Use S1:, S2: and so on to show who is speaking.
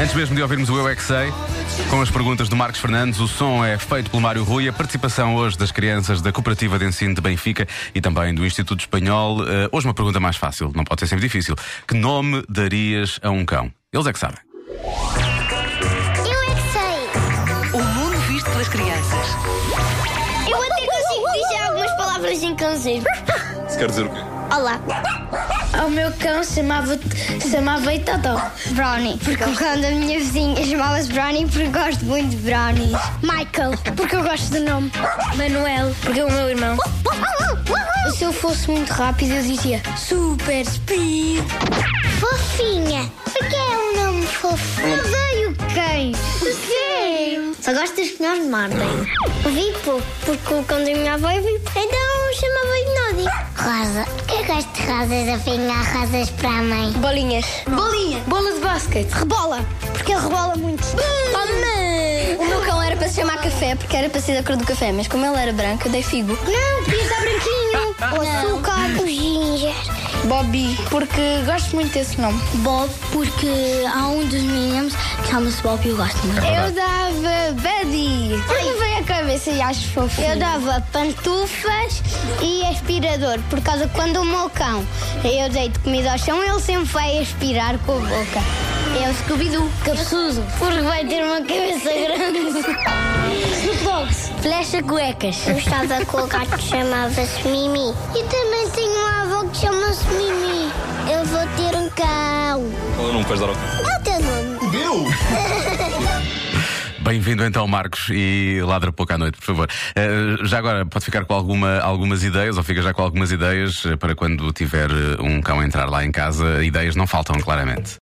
S1: Antes mesmo de ouvirmos o Eu é que Sei, com as perguntas do Marcos Fernandes, o som é feito pelo Mário Rui, a participação hoje das crianças da Cooperativa de Ensino de Benfica e também do Instituto Espanhol. Eh, hoje uma pergunta mais fácil, não pode ser sempre difícil. Que nome darias a um cão? Eles é que sabem.
S2: Eu é que sei!
S3: O mundo visto pelas crianças.
S2: Eu até consigo dizer algumas palavras em cãozinho.
S4: Se quer dizer o quê?
S2: Olá! O meu cão chamava chamava Totó. Brownie. Porque o cão da minha vizinha chamava-se Brownie porque gosto muito de brownies. Michael. Porque eu gosto do nome. Manuel. Porque é o meu irmão. Se eu fosse muito rápido, eu dizia Super Speed. Fofinha. Porque é um nome fofo. Eu odeio cães. Porquê? Só gosto dos que nós mordem. Vipo, porque o cão da minha avó é Vipo. Então chamava-lhe Nodi.
S5: Rosa. Eu gosto de é rosas, afinal, rosas para a mãe.
S2: Bolinhas. Bolinha. Bola de basquete. Rebola. Porque ele rebola muito. Toma! O meu cão era para se chamar café, porque era para ser da cor do café, mas como ele era branco, eu dei figo. Não, podia estar branquinho. Ou açúcar. O ginger. Bobby, porque gosto muito desse nome.
S5: Bob, porque há um dos meninos que chama-se Bob e eu gosto muito.
S2: Eu dava Buddy. Não vem a cabeça e acho fofo. Eu dava pantufas e aspirador, por causa que quando o meu cão eu deito comida ao chão, ele sempre vai aspirar com a boca. É o Scooby-Doo. Capsuso. Porque vai ter uma cabeça grande. Snoop Dogs. Flecha cuecas.
S5: Eu estava com o gato que chamava-se Mimi.
S2: E também tenho
S5: um
S2: uma avó que chama-se Mimi.
S5: Eu vou ter um cão.
S4: Qual é o nome que vais dar ao cão?
S5: É o teu nome.
S4: O meu!
S1: Bem-vindo então, Marcos, e ladra pouco à noite, por favor. Eh, já agora pode ficar com alguma, algumas ideias, ou fica já com algumas ideias eh, para quando tiver eh, um cão a entrar lá em casa, ideias não faltam, claramente.